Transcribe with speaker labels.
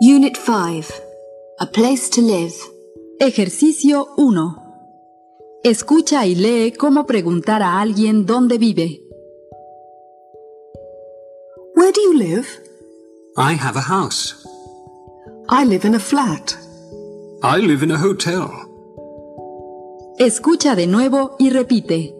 Speaker 1: Unit 5. A place to live.
Speaker 2: Ejercicio 1. Escucha y lee cómo preguntar a alguien dónde vive.
Speaker 3: Where do you live?
Speaker 4: I have a house.
Speaker 3: I live in a flat.
Speaker 4: I live in a hotel.
Speaker 2: Escucha de nuevo y repite.